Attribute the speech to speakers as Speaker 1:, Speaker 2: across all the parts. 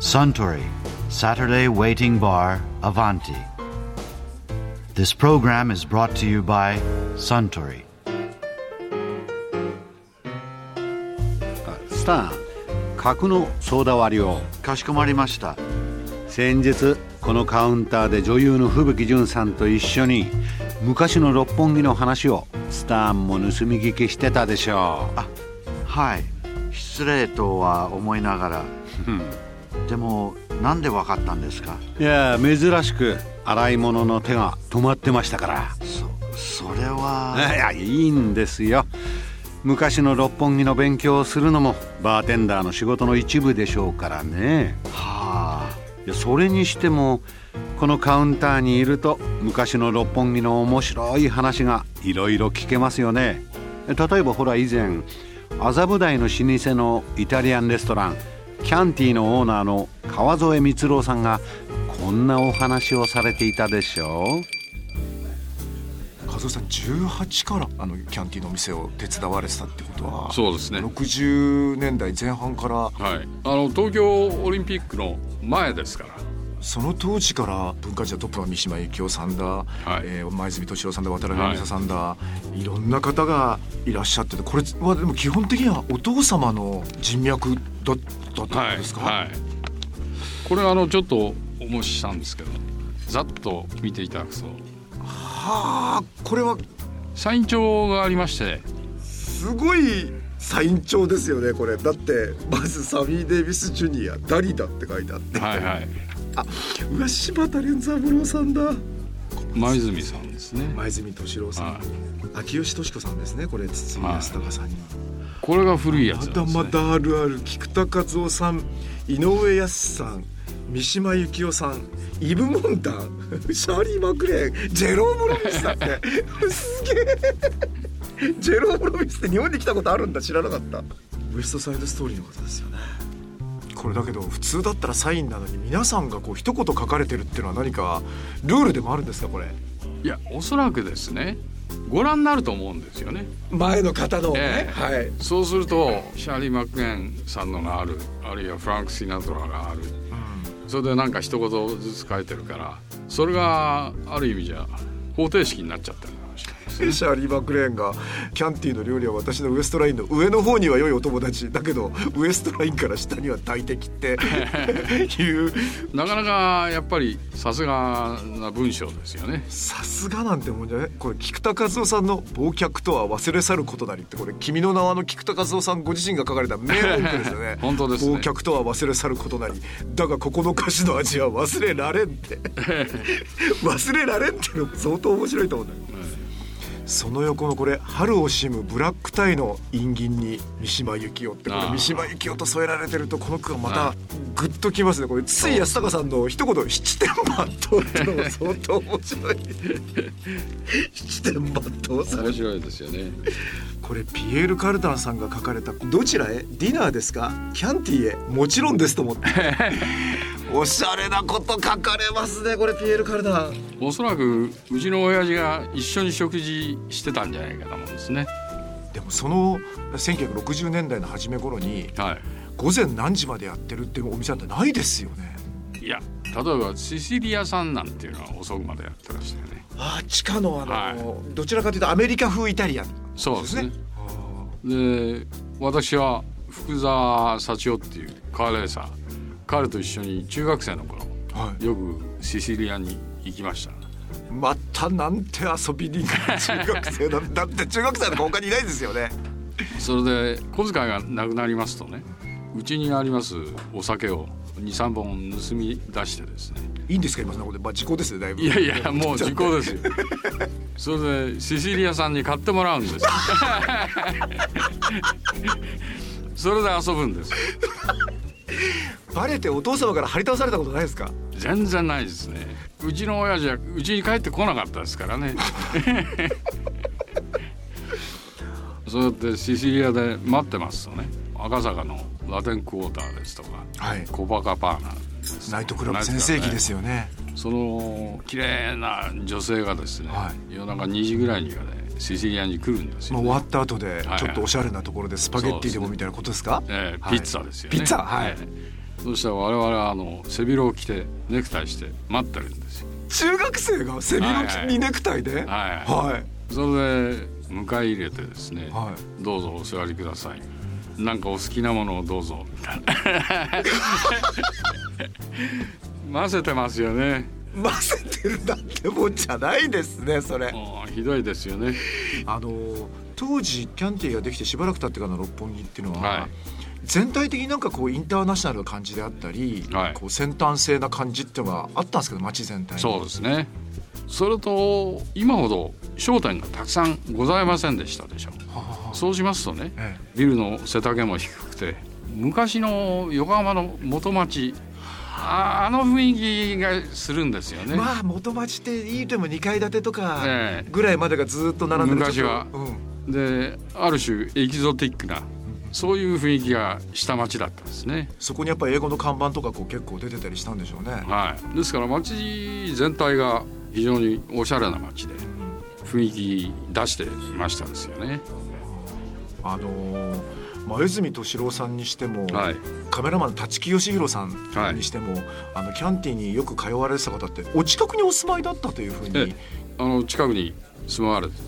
Speaker 1: Suntory Saturday Waiting Bar Avanti. This program is brought to you by Suntory.
Speaker 2: スター角のソーダ割りを
Speaker 1: かしこまりました。
Speaker 2: 先日このカウンターで女優の吹雪純さんと一緒に昔の六本木の話をスターンも盗み聞きしてたでしょう
Speaker 1: はい失礼とは思いながらでもなんでわかったんですか
Speaker 2: いや珍しく洗い物の手が止まってましたから
Speaker 1: そそれ
Speaker 2: い
Speaker 1: は
Speaker 2: やいいんですよ昔の六本木の勉強をするのもバーテンダーの仕事の一部でしょうからね
Speaker 1: はあ
Speaker 2: いやそれにしてもこのカウンターにいると昔の六本木の面白い話がいろいろ聞けますよね例えばほら以前麻布台の老舗のイタリアンレストランキャンティのオーナーの川添光郎さんがこんなお話をされていたでしょ
Speaker 3: 和夫さん18からあのキャンティーのお店を手伝われてたってことは
Speaker 4: そうですね
Speaker 3: 60年代前半から
Speaker 4: はい、あの東京オリンピックの前ですから
Speaker 3: その当時から文化人のトップは三島由紀夫さんだ、
Speaker 4: い
Speaker 3: えー前住敏郎さんだ渡辺美沙さんだ、い、ろんな方がいらっしゃっててこれはでも基本的にはお父様の人脈だったってこ
Speaker 4: は
Speaker 3: と
Speaker 4: い、
Speaker 3: ですか、
Speaker 4: はい、これあのちょっとお申ししたんですけどざっと見ていただくと
Speaker 3: はあこれは
Speaker 4: 社員帳がありまして
Speaker 3: すごいサイン帳ですよねこれだってまずサミー・デイビス・ジュニア「ダリだ」って書いてあって
Speaker 4: はいはい
Speaker 3: うわ柴田連三郎さんだ
Speaker 4: 前泉さんですね、
Speaker 3: 前泉敏郎さん、
Speaker 4: はい、
Speaker 3: 秋吉敏子さんですねこれ堤康隆さんに、
Speaker 4: これが古いや
Speaker 3: ま
Speaker 4: つ
Speaker 3: だ
Speaker 4: なんです、ね、
Speaker 3: まだあるある菊田和夫さん井上康さん三島由紀夫さんイブ・モンタンシャーリ ー・マクレーンジェロー・ブロミスだってすげえジェロー・ブロミスって日本に来たことあるんだ知らなかったウエストサイドストーリーのことですよねこれだけど普通だったらサインなのに皆さんがこう一言書かれてるっていうのは何かルールでもあるんですかこれ
Speaker 4: いやおそらくですねご覧になると思うんですよね
Speaker 3: 前の方の
Speaker 4: ね
Speaker 3: はい
Speaker 4: そうするとシャーリー・マクエンさんのがあるあるいはフランク・シナトラがあるそれでなんか一言ずつ書いてるからそれがある意味じゃ方程式になっちゃってるかもしれないですね
Speaker 3: シャーリー・マクレーンが「キャンティの料理は私のウエストラインの上の方には良いお友達だけどウエストラインから下には大敵」っていう
Speaker 4: なかなかやっぱりさすがな文章ですよね
Speaker 3: さすがなんてもんじゃねこれ菊田和夫さんの「忘却とは忘れ去ることなり」ってこれ「君の名は」の菊田和夫さんご自身が書かれた名文句ですよね
Speaker 4: 本当ですね
Speaker 3: 忘却とは忘れ去ることなりだがここの歌詞の味は忘れられん」って忘れられんっていうのも相当面白いと思うんだけど。その横のこれ春を惜しむブラックタイの陰銀に三島由紀夫ってこれ
Speaker 4: あー
Speaker 3: 三島由紀夫と添えられてるとこの句がまたグッときますねこれつい安坂さんの一言七点抜刀ってのも相当面白い七点抜刀され
Speaker 4: 面
Speaker 3: る
Speaker 4: 白いですよね
Speaker 3: これピエール・カルダンさんが書かれた「どちらへディナーですかキャンティーへもちろんです」と 思っておしゃれなこと書かれますねこれピエール・カルダン。
Speaker 4: おそらくうちの親父が一緒に食事してたんじゃないかと思うんですね
Speaker 3: でもその1960年代の初め頃に
Speaker 4: は
Speaker 3: 午前何時までやってるっていうお店なんてないですよね
Speaker 4: いいや例えばシシリアさんなんていうのは遅くまでやってましたよね
Speaker 3: ああ地下のあの、
Speaker 4: は
Speaker 3: どちらかというとアメリカ風イタリアン
Speaker 4: そうですね
Speaker 3: で
Speaker 4: で私は福沢幸男っていうカーレーサー彼と一緒に中学生の頃
Speaker 3: はい
Speaker 4: よくシシリアに行きました
Speaker 3: またなんて遊びに行く中学生だだって中学生なんか他にいないですよね
Speaker 4: それで小遣いがなくなりますとねうちにありますお酒を23本盗み出してですね
Speaker 3: いいんですか今そんなことまあ時効ですねだいぶ
Speaker 4: いや いやもう時効ですよそれでシシリアさんに買ってもらうんです それで遊ぶんです
Speaker 3: バレてお父様から張り倒されたことないですか
Speaker 4: 全然ないですねうちの親父はうちに帰ってこなかったですから ねそうやってシシリアで待ってますとね赤坂のラテンクォーターですとか
Speaker 3: はい
Speaker 4: コバカパーナです
Speaker 3: ナイトクラブ全盛期です
Speaker 4: よ
Speaker 3: よね
Speaker 4: その綺麗な女性がですね、
Speaker 3: は
Speaker 4: 夜中2時ぐらいにはねシシリアに来るんです
Speaker 3: ま
Speaker 4: よ、
Speaker 3: あ、終わった後で
Speaker 4: はい
Speaker 3: ちょっとおしゃれなところでスパゲッティでもみたいなことですか、
Speaker 4: えー
Speaker 3: はい
Speaker 4: ピッツァですよね
Speaker 3: ピッツァはい
Speaker 4: えーそしたら我々はあの背広を着てネクタイして待ってるんですよ
Speaker 3: 中学生が背広
Speaker 4: はいはい
Speaker 3: にネクタイで、はい
Speaker 4: はそれで迎え入れてですね、
Speaker 3: は
Speaker 4: どうぞお座りくださいなんかお好きなものをどうぞ みたいな混ぜてますよね
Speaker 3: 混ぜてるなんてもんじゃないですねそれ
Speaker 4: もうひどいですよね
Speaker 3: あのー当時キャンティができてしばらく経ってからの六本木っていうのは、
Speaker 4: は
Speaker 3: 全体的になんかこうインターナショナルな感じであったり、
Speaker 4: はい
Speaker 3: こう先端性な感じっていうのはあったんですけど街全体に
Speaker 4: そうですねそれと今ほど商店がたくさんございませんでしたでしょそうしますとね
Speaker 3: え
Speaker 4: ビルの背丈も低くて昔の横浜の元町ああの雰囲気がするんですよ
Speaker 3: え
Speaker 4: ね、
Speaker 3: まあ元町って言うても2階建てとか
Speaker 4: ええ
Speaker 3: ぐらいまでがずっと並んでる
Speaker 4: 昔は
Speaker 3: ちょっと
Speaker 4: である種エキゾティックなそういう雰囲気が下町だったんですね、
Speaker 3: そこにやっぱり英語の看板とかこう結構出てたりしたんでしょうね、
Speaker 4: はい、ですから町全体が非常におしゃれな町で雰囲気出していましたですよね
Speaker 3: あのーまあ、泉敏郎さんにしても、
Speaker 4: はい
Speaker 3: カメラマンの立木義弘さんにしても、あのキャンティによく通われてた方ってお近くにお住まいだったというふう
Speaker 4: え
Speaker 3: に
Speaker 4: えあの近くに住まわれてて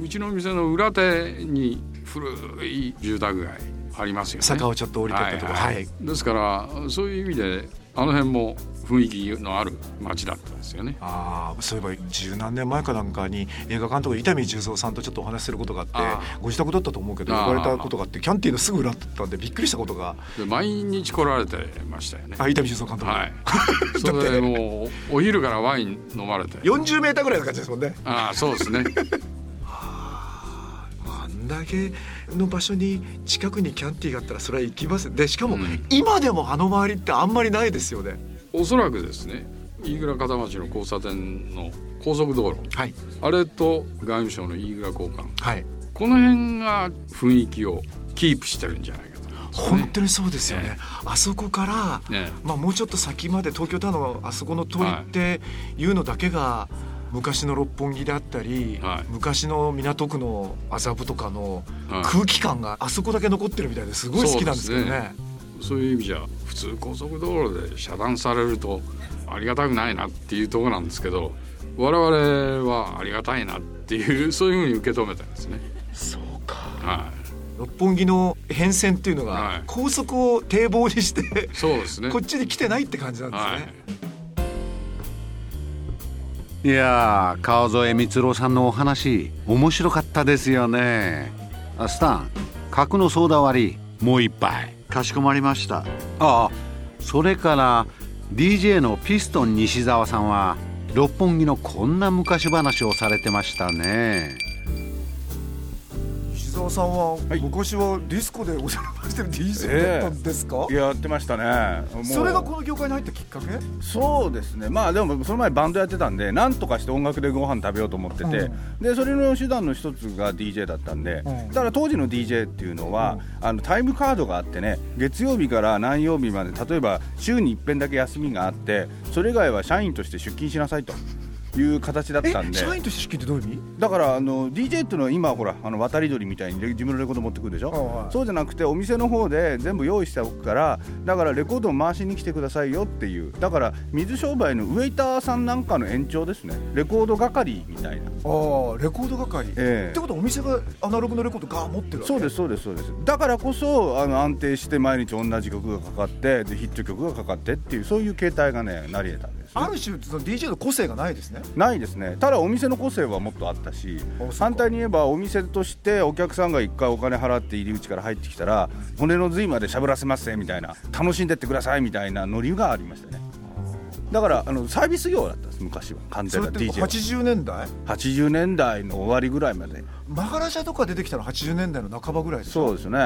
Speaker 4: うちの店の裏手に古い住宅街ありますよね
Speaker 3: 坂をちょっと降りてったとこ
Speaker 4: はい
Speaker 3: はい
Speaker 4: ですからそういう意味であの辺も雰囲気のある町だったんですよね
Speaker 3: ああそういえば十何年前かなんかに映画監督伊丹十三さんとちょっとお話しすることがあって
Speaker 4: あ
Speaker 3: ご自宅だったと思うけど
Speaker 4: あ
Speaker 3: 言
Speaker 4: あ
Speaker 3: われたことがあってキャンティのすぐ裏だったんでびっくりしたことが
Speaker 4: で毎日来られてましたよね
Speaker 3: あ伊丹十三監督、
Speaker 4: はいそれでもうお昼からワイン飲まれて
Speaker 3: 40メーターぐらいの感じですもんね
Speaker 4: ああそうですね
Speaker 3: あんだけの場所に近くにキャンティがあったらそれは行きますでしかも
Speaker 4: うん
Speaker 3: 今でもあの周りってあんまりないですよね
Speaker 4: おそらくですね飯倉片町の交差点の高速道路
Speaker 3: はい
Speaker 4: あれと外務省の飯倉交換
Speaker 3: はい
Speaker 4: この辺が雰囲気をキープしてるんじゃないかと
Speaker 3: 本当にそうですよね
Speaker 4: ね
Speaker 3: あそこから、
Speaker 4: ね
Speaker 3: まあ、もうちょっと先まで東京タワーのあそこの通りっていうのだけが昔の六本木であったり、
Speaker 4: はい
Speaker 3: 昔の港区の麻布とかの
Speaker 4: はい
Speaker 3: 空気感があそこだけ残ってるみたいですごい好きなんですけどね
Speaker 4: そうですそういう意味じゃ普通高速道路で遮断されるとありがたくないなっていうところなんですけど我々はありがたいなっていうそういうふうに受け止めたんですね
Speaker 3: そうか
Speaker 4: は
Speaker 3: 六本木の変遷っていうのが、
Speaker 4: はい
Speaker 3: 高速を堤防にして
Speaker 4: いそうですね
Speaker 3: こっちに来てないって感じなんですね、
Speaker 4: はい
Speaker 2: いやー川添光郎さんのお話面白かったですよねあスタン角のソーダ割りもう一杯
Speaker 1: かしこまりました。
Speaker 2: ああそれから DJ のピストン西澤さんは六本木のこんな昔話をされてましたね
Speaker 3: 石澤さんは、
Speaker 5: い
Speaker 3: 昔はディスコでお皿回してる DJ だ
Speaker 5: ええ
Speaker 3: ったんですか、
Speaker 5: やってましたねもう
Speaker 3: それがこの業界に入ったきっかけは
Speaker 5: そうですねまあでもその前バンドやってたんでなんとかして音楽でご飯食べようと思ってて、
Speaker 3: うん
Speaker 5: でそれの手段の一つが DJ だったんで、
Speaker 3: うん
Speaker 5: だから当時の DJ っていうのは、あのタイムカードがあってね月曜日から何曜日まで例えば週に一遍だけ休みがあってそれ以外は社員として出勤しなさいという形だったんで
Speaker 3: 社員として出勤ってどういう意味
Speaker 5: だからあの DJ っていうのは今ほらあの渡り鳥みたいにレ自分のレコード持ってくるでし
Speaker 3: はいは
Speaker 5: ょ
Speaker 3: い
Speaker 5: そうじゃなくてお店の方で全部用意しておくからだからレコードを回しに来てくださいよっていうだから水商売のウェイターさんなんかの延長ですねレコード係みた
Speaker 3: ああ
Speaker 5: いな、
Speaker 3: レコード係、
Speaker 5: ええ
Speaker 3: ってことはお店がアナログのレコードガー持ってるわけ
Speaker 5: そうですそうですそうですだからこそあの安定して毎日同じ曲がかかってでヒット曲がかかってっていうそういう形態がねなり得たんですね、
Speaker 3: ある種その DJ の個性がないですね
Speaker 5: ないですねただお店の個性はもっとあったし
Speaker 3: あそうか
Speaker 5: 反対に言えばお店としてお客さんが一回お金払って入り口から入ってきたら骨の髄までしゃぶらせますぜみたいな楽しんでってくださいみたいなノリがありましたねだからあのサービス業だったんです昔は完
Speaker 3: そ
Speaker 5: 全
Speaker 3: れ
Speaker 5: な
Speaker 3: って
Speaker 5: DJ は
Speaker 3: 80年代
Speaker 5: 80年代の終わりぐらいまで
Speaker 3: マハラジャとか出てきたの80年代の半ばぐらいです
Speaker 5: そうですね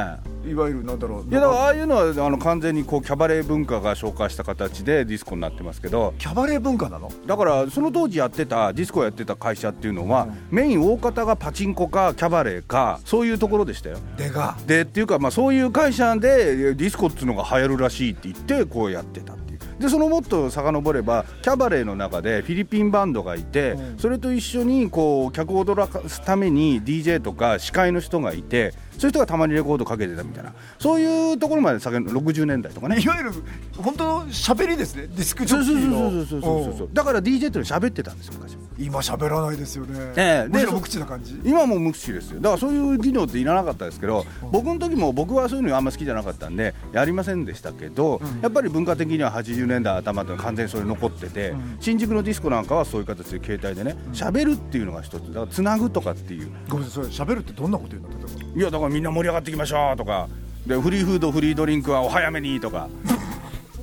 Speaker 3: いわゆるなんだろう
Speaker 5: いやだからああいうのはあの完全にこうキャバレー文化が紹介した形でディスコになってますけど
Speaker 3: キャバレー文化なの
Speaker 5: だからその当時やってたディスコやってた会社っていうのは、メイン大方がパチンコかキャバレーかそういうところでしたよ
Speaker 3: でが
Speaker 5: でっていうか、まあ、そういう会社でディスコっつうのが流行るらしいって言ってこうやってたっていうでそのもっと遡ればキャバレーの中でフィリピンバンドがいて、それと一緒にこう客を驚かすために DJ とか司会の人がいてそういう人がたまにレコードかけてたみたいなそういうところまで下げる60年代とかね
Speaker 3: いわゆる本当の喋りですねディスクジョ
Speaker 5: そう
Speaker 3: ッキ
Speaker 5: そう
Speaker 3: ー
Speaker 5: そ
Speaker 3: の
Speaker 5: うそうそうそうそうだから DJ っていうのは喋ってたんですよ昔
Speaker 3: うん今喋らないですよね、
Speaker 5: ええ
Speaker 3: むし
Speaker 5: で
Speaker 3: ろ無口な感じ
Speaker 5: 今はもう無口ですよだからそういう技能っていらなかったですけど僕の時も僕はそういうのあんま好きじゃなかったんでやりませんでしたけど、やっぱり文化的には80年代頭っていうのは完全にそれ残ってて、新宿のディスコなんかはそういう形で携帯でね喋るっていうのが一つだからつなぐとかっていう
Speaker 3: ごめんなさいそれ喋るってどんなこと言うんだ例え
Speaker 5: いやだからみんな盛り上がっていきましょうとかでフリーフードフリードリンクはお早めに とか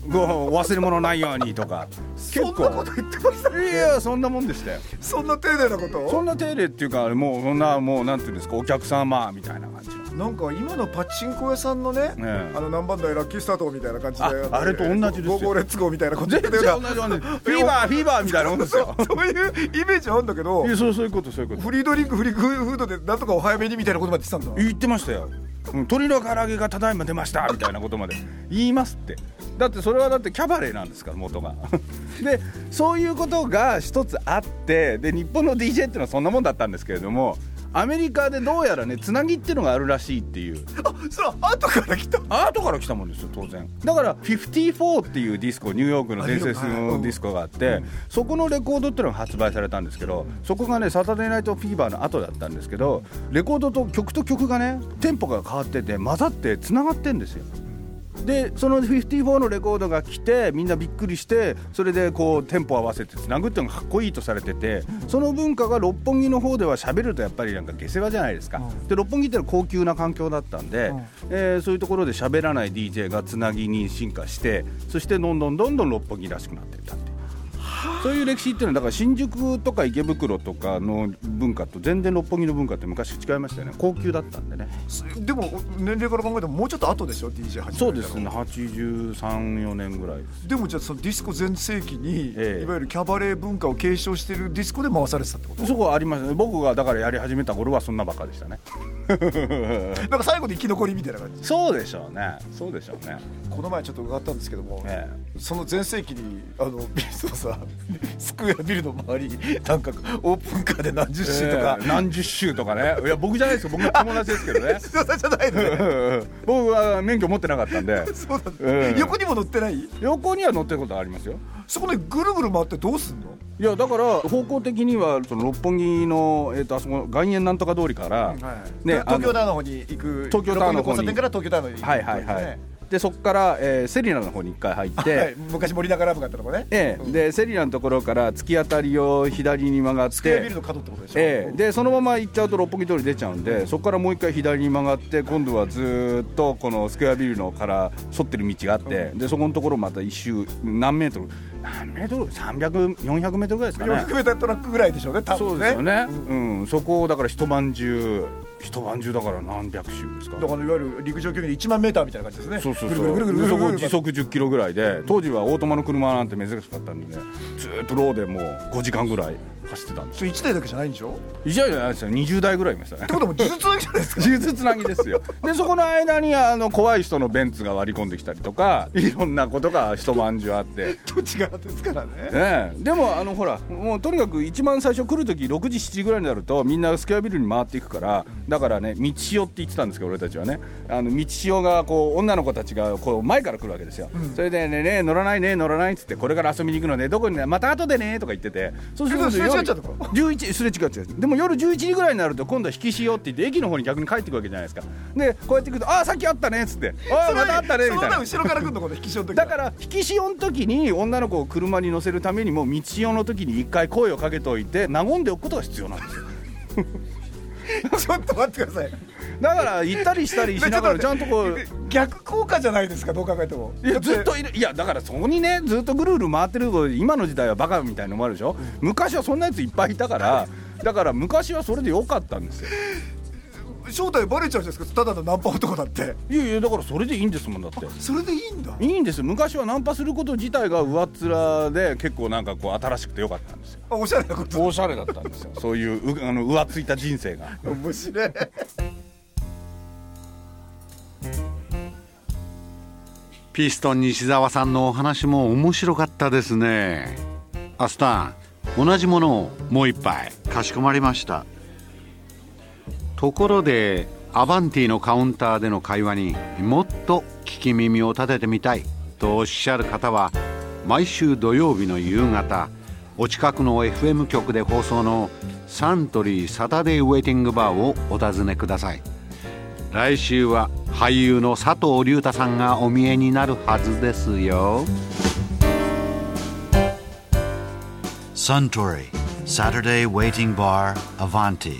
Speaker 5: ごお忘れ物ないようにとか結
Speaker 3: ばそんなこと言ってました
Speaker 5: いやそんなもんでしたよ
Speaker 3: そんな丁寧なこ
Speaker 5: そ
Speaker 3: と
Speaker 5: んな手入れっていうかもうそんなもうなんていうんですかお客様みたいな感じの
Speaker 3: なんか今のパチンコ屋さんのね、
Speaker 5: ええ
Speaker 3: あの何番台ラッキースタートみたいな感じで
Speaker 5: ああれと同じですよ
Speaker 3: ゴーゴーレッツゴーみたいなこと
Speaker 5: 全然同じ
Speaker 3: だ
Speaker 5: 同
Speaker 3: よ
Speaker 5: じ
Speaker 3: な
Speaker 5: フィーバーフィーバーみたいなもんですよ
Speaker 3: そういうイメージあるんだけど
Speaker 5: いやそうそういうことそういうこと
Speaker 3: フリードリンクフリーフードでなんとかお早めにみたいなことまで言ってたんだ
Speaker 5: 言ってましたようん鶏の唐揚げがただいま出ましたみたいなことまで言いますってだってそれはだってキャバレーなんですから元が でそういうことが一つあってで日本の DJ っていうのはそんなもんだったんですけれどもアメリカでどうやらねつなぎっていうのがあるらしいっていう
Speaker 3: あそれは後から来た
Speaker 5: 後から来たもんですよ当然だから54っていうディスコニューヨークの伝説のディスコがあってそこのレコードっていうのが発売されたんですけどそこがね「サタデーナイトフィーバー」の後だったんですけどレコードと曲と曲がねテンポが変わってて混ざってつながってんですよでその54のレコードが来てみんなびっくりしてそれでこうテンポ合わせてつなぐっていうのがかっこいいとされててその文化が六本木の方では喋るとやっぱりなんか下世話じゃないですか、で六本木ってのは高級な環境だったんで、えーそういうところで喋らない DJ がつなぎに進化してそしてどんどんどんどん六本木らしくなっていったっていう。そういう歴史っていうのはだから新宿とか池袋とかの文化と全然六本木の文化って昔違いましたよね高級だったんでね
Speaker 3: でも年齢から考えてももうちょっと後でしょ DJ 始めたの
Speaker 5: そうですね834年ぐらいです
Speaker 3: でもじゃあそのディスコ全盛期に、
Speaker 5: ええ
Speaker 3: いわゆるキャバレー文化を継承しているディスコで回されてたってこと
Speaker 5: そこはありましたね僕がだからやり始めた頃はそんなバカでしたね
Speaker 3: なんか最後で生き残りみたいな感じ
Speaker 5: そうでしょうねそうでしょうね
Speaker 3: この前ちょっと伺ったんですけども、
Speaker 5: え
Speaker 3: その全盛期にあのビルのさスクエアビルの周りなんかオープンカーで何十周とか、
Speaker 5: えー何十周とかねいや僕じゃないですよ僕の友達ですけ どね
Speaker 3: 必要さじゃないのね
Speaker 5: 僕は免許持ってなかったんで
Speaker 3: そうなんだ、
Speaker 5: ええ
Speaker 3: 横にも乗ってない
Speaker 5: 横には乗ってることはありますよ
Speaker 3: そこでぐるぐる回ってどうすんの
Speaker 5: いやだから方向的にはその六本木の、えー、とあそこ外苑なんとか通りから、
Speaker 3: で
Speaker 5: あの
Speaker 3: 東京タワーの方に行く
Speaker 5: 東京タワーの方
Speaker 3: 六本木交
Speaker 5: に
Speaker 3: 差点から東京タワーの方に行く
Speaker 5: はいはいはい、
Speaker 3: ね
Speaker 5: でそこから、えーセリナの方に一回入って、
Speaker 3: はい、昔森永ラブがあったとこね
Speaker 5: ええでセリナのところから突き当たりを左に曲がって
Speaker 3: スクエアビルの角ってことでしょ、
Speaker 5: ええ、でそのまま行っちゃうと六本木通り出ちゃうんでそこからもう一回左に曲がって今度はずーっとこのスクエアビルのから沿ってる道があって、でそこのところまた一周何メートル何メートル300400メートルぐらいですかね
Speaker 3: 400メートルトラックぐらいでしょうね多
Speaker 5: そう
Speaker 3: 分
Speaker 5: です
Speaker 3: ね
Speaker 5: よね、うんそこをだから一晩中一晩中だから何百周ですか
Speaker 3: だからいわゆる陸上競技で1万メーターみたいな感じですね
Speaker 5: そうそう
Speaker 3: ぐ
Speaker 5: そ
Speaker 3: る
Speaker 5: う
Speaker 3: ぐるぐるぐ
Speaker 5: で
Speaker 3: る
Speaker 5: そ
Speaker 3: ぐる
Speaker 5: こ
Speaker 3: ぐる
Speaker 5: 時速10キロぐらいで当時はオートマの車なんて珍しかったんでねずーっとローでもう5時間ぐらい走ってたんです
Speaker 3: それ1台だけじゃないんでしょっ
Speaker 5: 以上じゃないですよ20代ぐらいいましたね
Speaker 3: てことはもう数珠なわけじゃないですか
Speaker 5: 手術つなぎですよでそこの間にあの怖い人のベンツが割り込んできたりとかいろんなことが一晩中あって、
Speaker 3: 土地柄ですからね
Speaker 5: ねえ、でもあのほらもうとにかく一番最初来る時6時7時ぐらいになるとみんなスケアビルに回っていくからだからね道潮って言ってたんですけど俺たちはねあの道潮がこう女の子たちがこう前から来るわけですよ、それでねねえ乗らないねえ乗らないっつってこれから遊びに行くのねどこにねまた後でねとか言っててそうすると
Speaker 3: それすれ違っちゃ
Speaker 5: 夜
Speaker 3: ったの
Speaker 5: 11すれ違っちゃうでも夜11時ぐらいになると今度は引きしようって言って駅の方に逆に帰ってくるわけじゃないですかでこうやって行くと「ああさっきあったね」っつって「ああ
Speaker 3: そ
Speaker 5: ま
Speaker 3: れ
Speaker 5: たあったね」みたいな
Speaker 3: その後ろから来るのこの引き潮の時
Speaker 5: だから引き潮の時に女の子を車に乗せるためにも道潮の時に一回声をかけておいて和んでおくことが必要なんですよ
Speaker 3: ら ちょっと待ってください
Speaker 5: だから行ったりしたりしなが らちゃんとこう
Speaker 3: 逆効果じゃないですかどう考えても
Speaker 5: いやずっといるいやだからそこにねずっとぐるぐる回ってると今の時代はバカみたいのもあるでしょ昔はそんなやついっぱいいたからだから昔はそれでよかったんですよ
Speaker 3: 正体バレちゃうじゃないですかただのナンパ男だって
Speaker 5: いやいやだからそれでいいんですもんだって
Speaker 3: それでいいんだ
Speaker 5: いいんですよ昔はナンパすること自体が上っ面で結構なんかこう新しくてよかったんですよ
Speaker 3: あおしゃれなこと
Speaker 5: おしゃれだったんですよそういううあの浮ついた人生が
Speaker 3: 面白い
Speaker 6: Japanese
Speaker 2: ピストン西澤さんのお話も面白かったですねアスタン同じものをもう一杯
Speaker 1: かしこまりました
Speaker 2: ところでアバンティのカウンターでの会話にもっと聞き耳を立ててみたいとおっしゃる方は毎週土曜日の夕方お近くの FM 局で放送のサントリーサタデーウェイティングバーをお尋ねください来週は俳優の佐藤隆太さんがお見えになるはずですよ
Speaker 1: Suntory Saturday Waiting Bar Avanti